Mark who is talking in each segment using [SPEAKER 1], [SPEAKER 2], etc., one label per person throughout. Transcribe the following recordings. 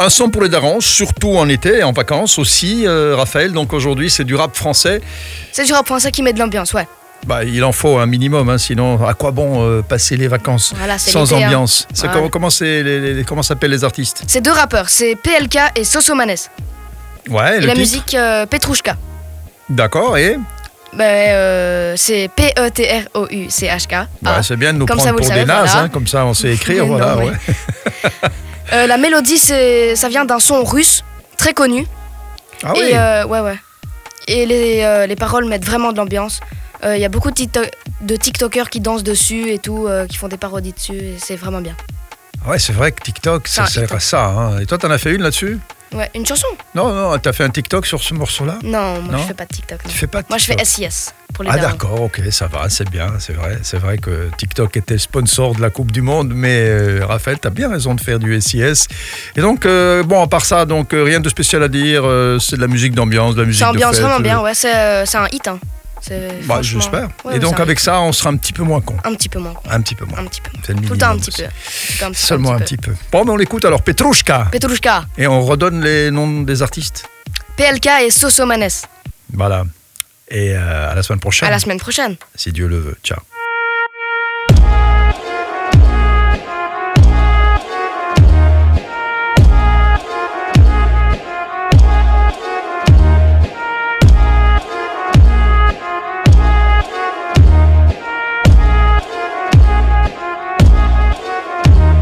[SPEAKER 1] Un son pour les darons, surtout en été, en vacances aussi, euh, Raphaël. Donc aujourd'hui, c'est du rap français.
[SPEAKER 2] C'est du rap français qui met de l'ambiance, ouais.
[SPEAKER 1] Bah, il en faut un minimum, hein, sinon à quoi bon euh, passer les vacances
[SPEAKER 2] Voilà, c'est
[SPEAKER 1] sans
[SPEAKER 2] l'été, hein.
[SPEAKER 1] ambiance C'est
[SPEAKER 2] Voilà.
[SPEAKER 1] comment- Comment c'est les- les- comment s'appellent les artistes
[SPEAKER 2] C'est deux rappeurs, c'est PLK et Sosomanes.
[SPEAKER 1] Ouais,
[SPEAKER 2] Et,
[SPEAKER 1] le
[SPEAKER 2] la
[SPEAKER 1] titre.
[SPEAKER 2] musique euh, Petrushka.
[SPEAKER 1] D'accord, et
[SPEAKER 2] Ben, euh, c'est P-E-T-R-O-U-C-H-K.
[SPEAKER 1] Bah, c'est bien de nous
[SPEAKER 2] Ah. Comme ça,
[SPEAKER 1] prendre
[SPEAKER 2] vous le
[SPEAKER 1] pour
[SPEAKER 2] savez,
[SPEAKER 1] des nazes,
[SPEAKER 2] voilà.
[SPEAKER 1] hein, comme ça on sait écrire,
[SPEAKER 2] Mais non,
[SPEAKER 1] voilà.
[SPEAKER 2] mais-
[SPEAKER 1] ouais.
[SPEAKER 2] Euh, la mélodie, c'est, ça vient d'un son russe très connu.
[SPEAKER 1] Ah
[SPEAKER 2] et
[SPEAKER 1] oui,
[SPEAKER 2] euh, ouais, ouais. Et les, euh, les paroles mettent vraiment de l'ambiance. Euh, Il y a beaucoup de, tikto- de TikTokers qui dansent dessus et tout, euh, qui font des parodies dessus. et c'est vraiment bien.
[SPEAKER 1] Ah ouais, c'est vrai que TikTok, ça
[SPEAKER 2] Ah,
[SPEAKER 1] sert à
[SPEAKER 2] TikTok.
[SPEAKER 1] ça. hein. Et toi, t'en as fait une là-dessus
[SPEAKER 2] Ouais, une chanson
[SPEAKER 1] Non, non, t'as fait un TikTok sur ce morceau-là
[SPEAKER 2] Non, moi
[SPEAKER 1] Non.
[SPEAKER 2] je fais pas de TikTok. non.
[SPEAKER 1] Tu fais pas de
[SPEAKER 2] Moi je fais
[SPEAKER 1] TikTok
[SPEAKER 2] SIS pour les
[SPEAKER 1] Ah
[SPEAKER 2] darons.
[SPEAKER 1] d'accord, ok, ça va, c'est bien, c'est vrai. C'est vrai que TikTok était sponsor de la Coupe du Monde, mais euh, Raphaël, t'as bien raison de faire du SIS. Et donc, euh, bon, à part ça, donc euh, rien de spécial à dire, euh, c'est de la musique d'ambiance, de la musique
[SPEAKER 2] Ça ambiance
[SPEAKER 1] de fête.
[SPEAKER 2] vraiment
[SPEAKER 1] euh,
[SPEAKER 2] bien, ouais, c'est, euh, c'est un hit. Hein. C'est,
[SPEAKER 1] bah,
[SPEAKER 2] franchement-
[SPEAKER 1] j'espère.
[SPEAKER 2] Ouais,
[SPEAKER 1] Et
[SPEAKER 2] ouais,
[SPEAKER 1] donc
[SPEAKER 2] c'est un
[SPEAKER 1] avec ça, on sera un petit peu moins con.
[SPEAKER 2] hit. Un petit peu moins, quoi.
[SPEAKER 1] Un petit peu moins.
[SPEAKER 2] Un petit peu.
[SPEAKER 1] C'est le
[SPEAKER 2] Tout le temps un
[SPEAKER 1] minimum.
[SPEAKER 2] petit peu. Tout le temps un petit peu,
[SPEAKER 1] Seulement un petit peu. Bon, mais on l'écoute alors, Petrushka.
[SPEAKER 2] peu. Petrushka,
[SPEAKER 1] Et on redonne les noms des artistes.
[SPEAKER 2] PLK et Sosomanes.
[SPEAKER 1] Voilà. Et euh, à la semaine prochaine,
[SPEAKER 2] À la semaine prochaine.
[SPEAKER 1] si Dieu le veut. Ciao.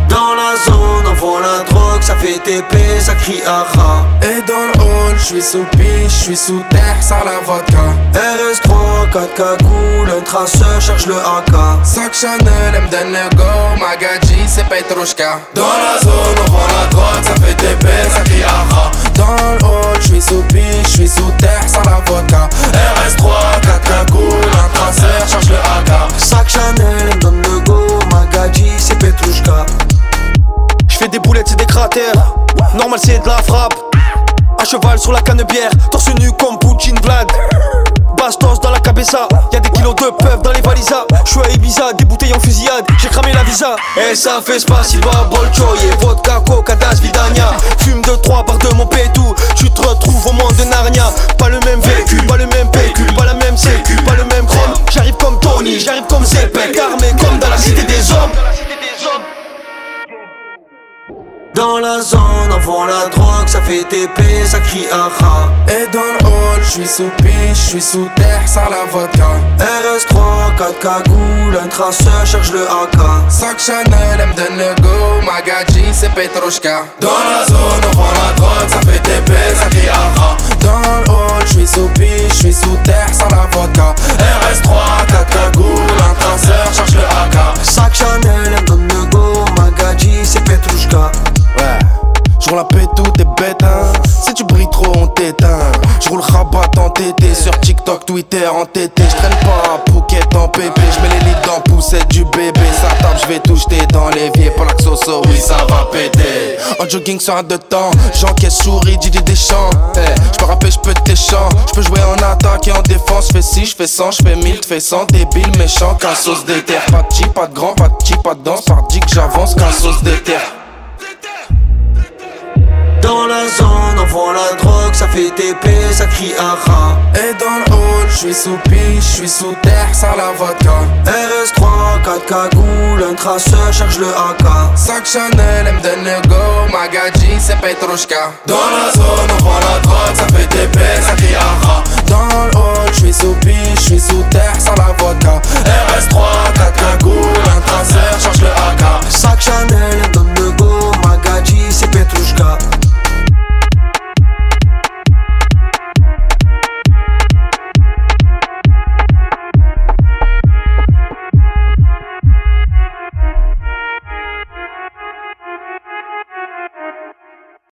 [SPEAKER 3] Dans la zone, on vend la drogue, ça fait TP, ça crie ara.
[SPEAKER 4] Et dans le hall, je suis sous piche, je suis sous terre, sans la vodka.
[SPEAKER 3] RS3, 4 cagoules, un traceur, charge le AK.
[SPEAKER 4] Sac Chanel, elle me donne le go, Magadji, c'est Petrushka. Dans la zone, on vend la drogue, ça fait des baisses, ça crie aha. Dans le hall, je suis sous piche, je suis sous terre, sans la vodka. RS3, 4 cagoules, un traceur, charge le AK.
[SPEAKER 3] Sac Chanel, donne le go, Magadji, c'est Petrushka.
[SPEAKER 5] Je fais des boulettes, c'est des cratères. Normal, c'est de la frappe. À cheval sur la canne bière, torse nu comme Poutine Vlad. Bastos dans la cabeça, y'a des kilos de peuple dans les valisas. J'suis à Ibiza, des bouteilles en fusillade, j'ai cramé la visa. Eh,
[SPEAKER 3] Et ça fait space, il va bolcho, yeah, vodka, coca, das, vidania.
[SPEAKER 5] Fume de trois par de mon pétou, tu te retrouves au monde de Narnia. Pas le même vécu, pas le même PQ, pas la même sécu, pas le même chrome. J'arrive comme Tony, j'arrive comme Zepek, armé comme dans la cité des hommes.
[SPEAKER 3] Dans la zone, on vend la drogue, ça fait TP, ça crie ara.
[SPEAKER 4] Et dans le hall, je suis sous piche, je suis sous terre, sans la vodka.
[SPEAKER 3] RS3, 4 cagoules, un traceur, charge le AK.
[SPEAKER 4] Sac Chanel, elle me donne le go, Magadji, c'est Petrushka. Dans la zone, on prend la drogue, ça fait des baisses, ça crie aha. Dans le hall, je suis sous piche, je suis sous terre, sans la vodka. RS3, 4 cagoules, un traceur, charge le AK.
[SPEAKER 3] Sac Chanel, elle donne le go, Magadji, c'est Petrushka.
[SPEAKER 6] Ouais, je roule la pétou, t'es bête, hein. Si tu brilles trop, on t'éteint. Je roule rabat en TT, sur TikTok, Twitter, en TT. Je traîne pas un pouquet en pépé, je mets les litres dans poussette du bébé. Ça tape, je vais tout jeter dans l'évier. Pour la soso, oui, ça va péter. En jogging sur un deux temps, j'encaisse souris, Didi Deschamps. Hey, je me rappelle, je peux tes chants. Je peux jouer en attaque et en défense. Je fais 6, je fais 100, je fais 1000, je fais 100. Débile, méchant, qu'un sauce d'éther. Pas de cheap, pas de grand, pas de cheap, pas de danse. Hardy que j'avance, qu'un sauce d'éther.
[SPEAKER 3] Dans la zone, on vend la drogue, ça fait TP, ça crie ara.
[SPEAKER 4] Et dans le hall, je suis sous piche, je suis sous terre, sans la vodka.
[SPEAKER 3] RS3, 4 cagoules, un traceur, charge le AK.
[SPEAKER 4] Sac Chanel, elle me donne le go, Magadji, c'est Petrushka. Dans la zone, on prend la drogue, ça fait des baisses, ça crie aha. Dans le hall, je suis sous piche, je suis sous terre, sans